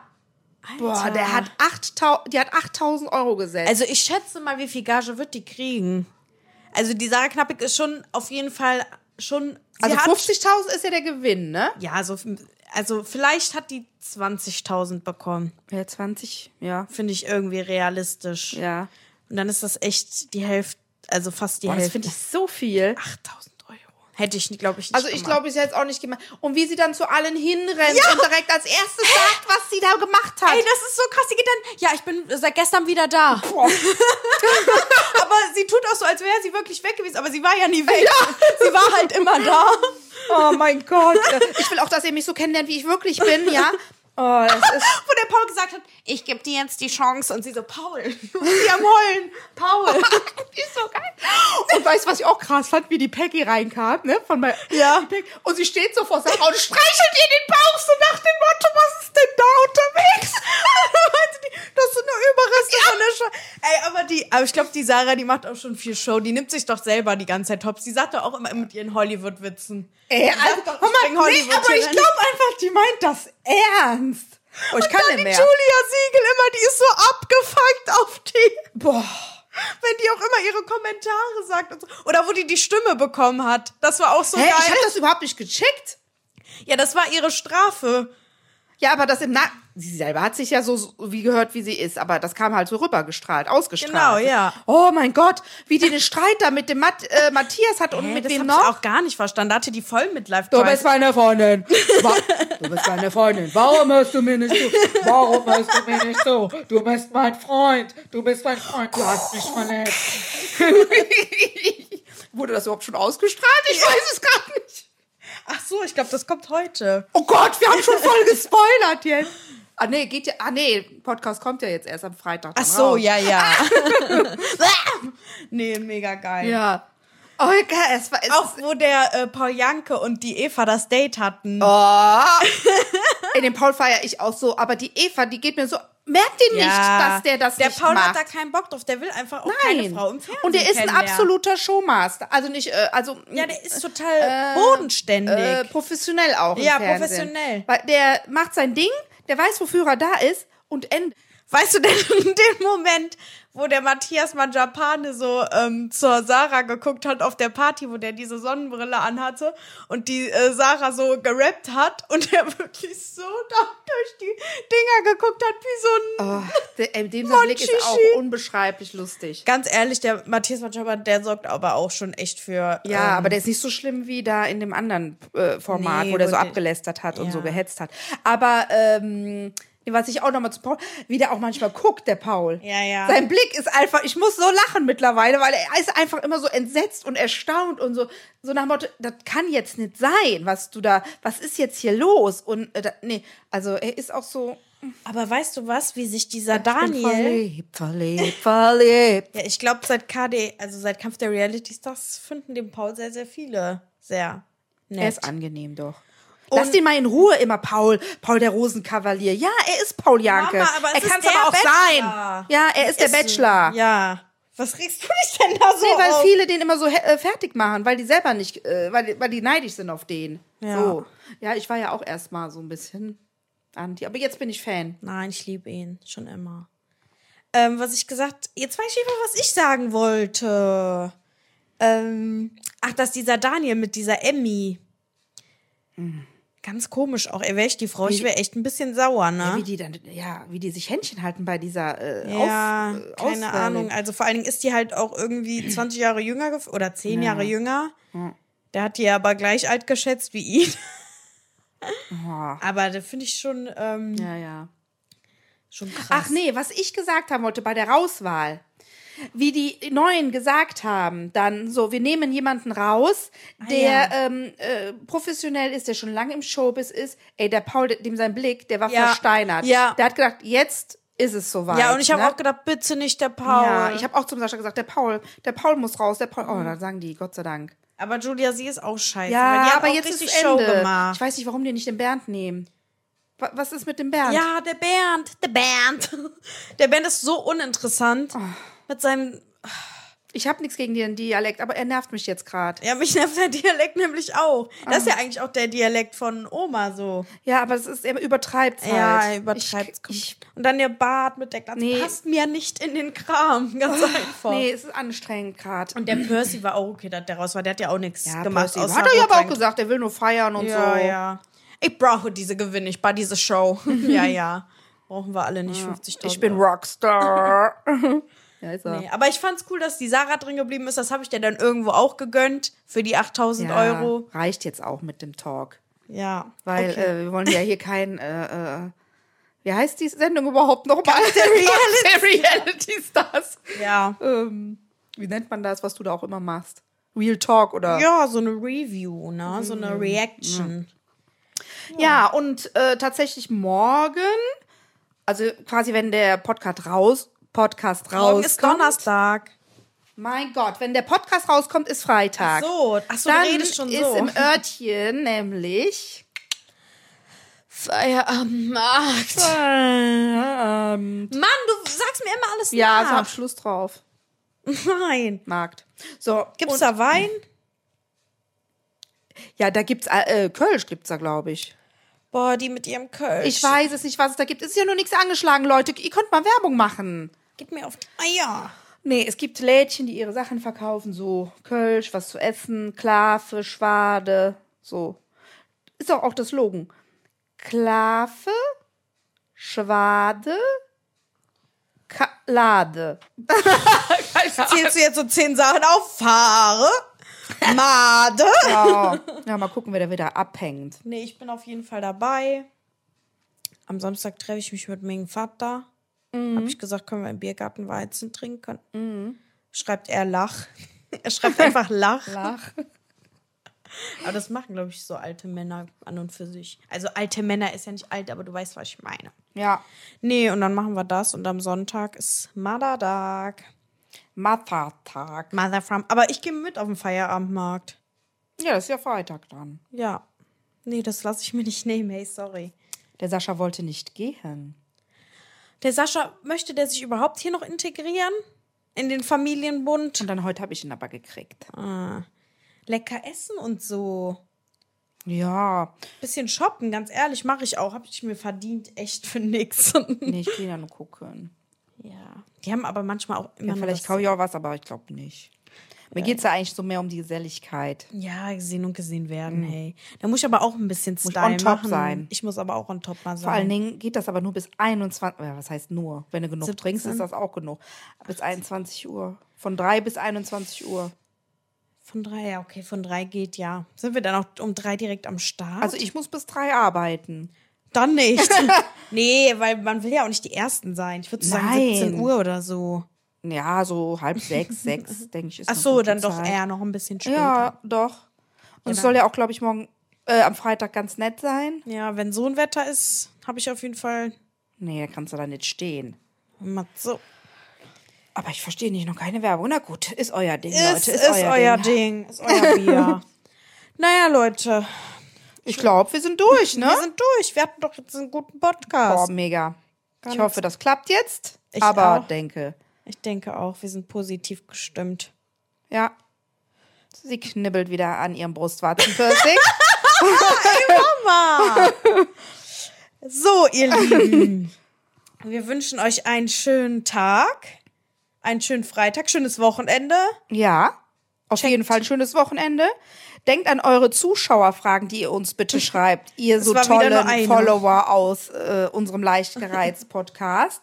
Boah, der hat 8000, die hat 8000 Euro gesetzt. Also ich schätze mal, wie viel Gage wird die kriegen? Also die Sarah Knappig ist schon auf jeden Fall schon. sie Also, hat, 50.000 ist ja der Gewinn, ne? Ja, so, also vielleicht hat die 20.000 bekommen. Ja, 20, ja. Finde ich irgendwie realistisch. Ja. Und dann ist das echt die Hälfte, also fast die Boah, das Hälfte. finde ich so viel. 8.000 Euro. Hätte ich, glaube ich, nicht Also ich gemacht. glaube, ich hätte es auch nicht gemacht. Und wie sie dann zu allen hinrennt und direkt als erstes sagt, was sie da gemacht hat. Ey, das ist so krass. Sie geht dann, ja, ich bin seit gestern wieder da. aber sie tut auch so, als wäre sie wirklich weg gewesen. Aber sie war ja nie weg. Sie war halt immer da. oh mein Gott. Ich will auch, dass ihr mich so kennenlernt, wie ich wirklich bin, ja? Oh, das ist Wo der Paul gesagt hat, ich gebe dir jetzt die Chance. Und sie so, Paul. Und sie am Heulen. Paul. Die ist so geil. Und weißt du, was ich auch krass fand, wie die Peggy reinkam, ne? Von mein, ja. Und sie steht so vor Sarah und streichelt ihr den Bauch so nach dem Motto, was ist denn da unterwegs? das sind nur Überreste von der Show. Ey, aber die, aber ich glaube, die Sarah, die macht auch schon viel Show. Die nimmt sich doch selber die ganze Zeit Tops. Die sagt doch auch immer mit ihren Hollywood-Witzen. Ey, also, doch, ich hör bin mal, nee, Hollywood-Typ. aber ich glaube einfach, die meint das ernst. Oh, ich kann Dann die nicht mehr. Julia Siegel immer, die ist so abgefuckt auf die. Boah. Wenn die auch immer ihre Kommentare sagt. Und so. Oder wo die die Stimme bekommen hat. Das war auch so Hä, geil. ich hab das überhaupt nicht gecheckt. ja, das war ihre Strafe. Ja, aber das im Na Sie selber hat sich ja so, so wie gehört, wie sie ist, aber das kam halt so rübergestrahlt, ausgestrahlt. Genau, ja. Oh mein Gott, wie die den Streit da mit dem Matt, äh, Matthias hat und Hä, mit das wem hab ich noch. auch gar nicht verstanden. Da hatte die voll mit live Du bist meine Freundin. Wa- Du bist meine Freundin. Warum hörst du mir nicht zu? Warum hörst du mir nicht zu? Du bist mein Freund. Du bist mein Freund. Du hast mich verletzt. Wurde das überhaupt schon ausgestrahlt? Ich weiß es gar nicht. Ach so, ich glaube, das kommt heute. Oh Gott, wir haben schon voll gespoilert jetzt. Ah nee, geht ja. Ah nee, Podcast kommt ja jetzt erst am Freitag. dann Ach so, raus. ja, ja. Ah. nee, mega geil. Ja. Oh ja, es war es Auch wo der äh, Paul Janke und die Eva das Date hatten. Oh, in dem Paul feiere ich auch so, aber die Eva, die geht mir so merkt ihr nicht, dass der das Der nicht Paul macht. hat da keinen Bock drauf. Der will einfach auch keine Nein. Frau im Fernsehen Und der ist ein kennenlernen. absoluter Showmaster. Also nicht, äh, also. Ja, der ist total bodenständig. Äh, professionell auch. Im Ja, Fernsehen. professionell. Weil der macht sein Ding, der weiß, wofür er da ist und endet. Weißt du denn den Moment, wo der Matthias Manjapane so ähm, zur Sarah geguckt hat auf der Party, wo der diese Sonnenbrille anhatte und die äh, Sarah so gerappt hat und er wirklich so da durch die Dinger geguckt hat wie so ein... Oh, der, in dem sein Blick ist auch Monchichi. unbeschreiblich lustig. Ganz ehrlich, der Matthias Manjapane, der sorgt aber auch schon echt für... Ja, ähm, aber der ist nicht so schlimm wie da in dem anderen äh, Format, Nee, wo der wo so der- abgelästert hat und so Ja. gehetzt hat. Aber ähm, was ich auch nochmal zu Paul, wie der auch manchmal guckt, der Paul. Ja, ja. Sein Blick ist einfach, ich muss so lachen mittlerweile, weil er ist einfach immer so entsetzt und erstaunt und so, so nach dem Motto, das kann jetzt nicht sein, was du da, was ist jetzt hier los? Und äh, da, nee, also er ist auch so. aber weißt du was, wie sich dieser Ich bin Daniel... Verliebt, verliebt, verliebt. Ja, ich glaube, seit KD, also seit Kampf der Reality Stars, finden den Paul sehr, sehr viele sehr nett. Er ist angenehm doch. Lass den mal in Ruhe immer, Paul. Paul der Rosenkavalier. Ja, er ist Paul Janke. Mama, aber es er ist kann es der aber auch Bachelor. sein. Ja, er ist, der Bachelor. Ja. Was regst du dich denn da so Nee, weil auf? viele den immer so he- äh, fertig machen, weil die selber nicht, äh, weil, die- weil die neidisch sind auf den. Ja. Ja. So. Ja, ich war ja auch erstmal so ein bisschen anti. Aber jetzt bin ich Fan. Nein, ich liebe ihn. Schon immer. Ähm, was ich gesagt... Jetzt weiß ich nicht mehr, was ich sagen wollte. Ähm, ach, dass dieser Daniel mit dieser Emmy... Mhm. Ganz komisch auch. Ey, wäre ich die Frau, ich wäre echt ein bisschen sauer, ne? Ja, wie die dann, ja, wie die sich Händchen halten bei dieser äh, Ja, Auf, keine äh, Auswahl. Ahnung. Also vor allen Dingen ist die halt auch irgendwie 20 Jahre jünger gef- oder 10 Jahre jünger. Der hat die aber gleich alt geschätzt wie ihn. Aber das finde ich schon, ähm, Ja, ja. schon krass. Ach nee, was ich gesagt haben wollte bei der Rauswahl. Wie die Neuen gesagt haben, dann so, wir nehmen jemanden raus, Ah der ähm, äh, professionell ist, der schon lange im Showbiz ist. Ey, der Paul, dem sein Blick, der war Ja. versteinert. Ja. Der hat gedacht, jetzt ist es soweit. ja, und ich habe ne? auch gedacht, bitte nicht der Paul. Mhm. ja, ich habe auch zum Sascha gesagt, der Paul, der Paul muss raus, der Paul. Oh, dann sagen die, Gott sei Dank. aber Julia, sie ist auch scheiße. weil Ja, die hat aber auch jetzt ist richtig Show Show Ende. gemacht. Ich weiß nicht, warum die nicht den Bernd nehmen. Wa- Was ist mit dem Bernd? Ja, der Bernd, der Bernd. Der Bernd ist so uninteressant. Ah. Mit seinem, Ich habe nichts gegen den Dialekt, aber er nervt mich jetzt gerade. ja, mich nervt der Dialekt nämlich auch. Das ist Ah. ja eigentlich auch der Dialekt von Oma so. Ja, aber es ist, er übertreibt halt. Ja, er übertreibt Ich, ich, es. Und dann ihr Bart mit der Glatze Nee. passt mir nicht in den Kram. Ganz einfach. nee, es ist anstrengend gerade. Und der Percy war auch okay, dass der raus war. Der hat ja auch nichts Ja, gemacht. Percy außer hat er ja aber auch Rotwein- gesagt, er will nur feiern und Ja, so. ja. Ich brauche diese Gewinn, ich brauche diese Show. ja, ja. Brauchen wir alle nicht 50.000. Ich bin Euro. Rockstar. ja, ist er. Nee, aber ich fand's cool, dass die Sarah drin geblieben ist. Das habe ich dir dann irgendwo auch gegönnt für die 8.000 Ja, Euro. Reicht jetzt auch mit dem Talk. Ja. Weil Okay. äh, wir wollen ja hier kein, äh, äh, wie heißt die Sendung überhaupt nochmal? Der Reality Stars. ja. Ähm, wie nennt man das, was du da auch immer machst? Real Talk oder? Ja, so eine Review, ne? So Mhm. eine Reaction. Ja, und äh, tatsächlich morgen, also quasi wenn der Podcast raus, Podcast rauskommt. Morgen ist Donnerstag. Mein Gott, wenn der Podcast rauskommt, ist Freitag. So, ach so, Dann du redest schon ist so. im Örtchen nämlich Feier am Markt. Feierabend. Mann, du sagst mir immer alles Ja, so am nach. Schluss drauf. Nein. Markt. So, Gibt's und- da Wein? Ja, da gibt's äh, äh, Kölsch gibt's da, glaube ich. Boah, die mit ihrem Kölsch. Ich weiß es nicht, was es da gibt. Es ist ja nur nichts angeschlagen, Leute. Ihr könnt mal Werbung machen. Gib mir auf die Eier. Nee, es gibt Lädchen, die ihre Sachen verkaufen, so Kölsch, was zu essen, Klafe, Schwade, so. Ist auch, auch das Slogan. Klave, Schwade, Ka Lade. Zählst du jetzt so zehn Sachen auf? Fahre, Made. Ja. ja, mal gucken, wer da wieder abhängt. Nee, ich bin auf jeden Fall dabei. Am Samstag treffe ich mich mit meinem Vater. Mhm. Habe ich gesagt, können wir im Biergarten Weizen trinken? Mhm. Schreibt er Lach. Er schreibt einfach Lach. Lach. Aber das machen, glaube ich, so alte Männer an und für sich. Also alte Männer ist ja nicht alt, aber du weißt, was ich meine. Ja. Nee, und dann machen wir das und am Sonntag ist Mothertag. Mothertag. Mother from. Aber ich gehe mit auf den Feierabendmarkt. Ja, das ist ja Freitag dann. Ja. Nee, das lasse ich mir nicht nehmen, hey, sorry. Der Sascha wollte nicht gehen. Der Sascha, möchte der sich überhaupt hier noch integrieren? In den Familienbund? Und dann heute habe ich ihn aber gekriegt. Ah, lecker essen und so. Ja. Bisschen shoppen, ganz ehrlich, mache ich auch. Habe ich mir verdient, echt für nix. Nee, ich will ja nur gucken. ja. Die haben aber manchmal auch immer Ja, nur vielleicht das, kaufe ich auch was, aber ich glaube nicht. Mir geht es ja eigentlich so mehr um die Geselligkeit. Ja, gesehen und gesehen werden, hey. Da muss ich aber auch ein bisschen Mhm. Muss Style on top machen. sein. Ich muss aber auch on top mal sein. Vor allen Dingen geht das aber nur bis 21 Ja, was heißt nur? Wenn du genug 17? trinkst, ist das auch genug. Bis 21 Uhr. Von 3 bis 21 Uhr. Von drei, ja, okay, von drei geht ja. Sind wir dann auch um drei direkt am Start? Also ich muss bis 3 arbeiten. Dann nicht. nee, weil man will ja auch nicht die Ersten sein. Ich würde so sagen Nein. 17 Uhr oder so. Ja, so halb sechs, sechs, denke ich. Ist Ach eine so, gute dann doch Zeit. eher noch ein bisschen später. Ja, doch. Und es dann- soll ja auch, glaube ich, morgen äh, am Freitag ganz nett sein. Ja, wenn so ein Wetter ist, habe ich auf jeden Fall Nee, da kannst du da nicht stehen. mal so. Aber ich verstehe nicht, noch keine Werbung. Na gut, ist euer Ding, Ist, Leute. ist, euer Ding. Ist euer Bier. naja, Leute, Ich glaube, wir sind durch, ne? wir sind durch. Wir hatten doch jetzt einen guten Boah, Podcast. mega. Ganz- ich hoffe, das klappt jetzt. Ich aber auch. denke, Ich denke auch, wir sind positiv gestimmt. ja. Sie knibbelt wieder an ihrem Brustwarzenpiercing. So, ihr Lieben, wir wünschen euch einen schönen Tag, einen schönen Freitag, schönes Wochenende. ja. Auf jeden Fall ein schönes Wochenende. Denkt an eure Zuschauerfragen, die ihr uns bitte schreibt. Ihr Es so war wieder nur tollen eine. Follower aus äh, unserem leicht gereizt Podcast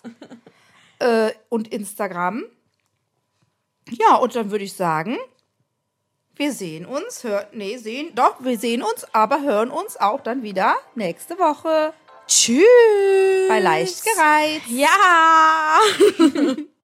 äh, und Instagram. Ja, und dann würde ich sagen, wir sehen uns, hört, nee, sehen, doch, wir sehen uns, aber hören uns auch dann wieder nächste Woche. Tschüss. bei leicht gereizt. Ja.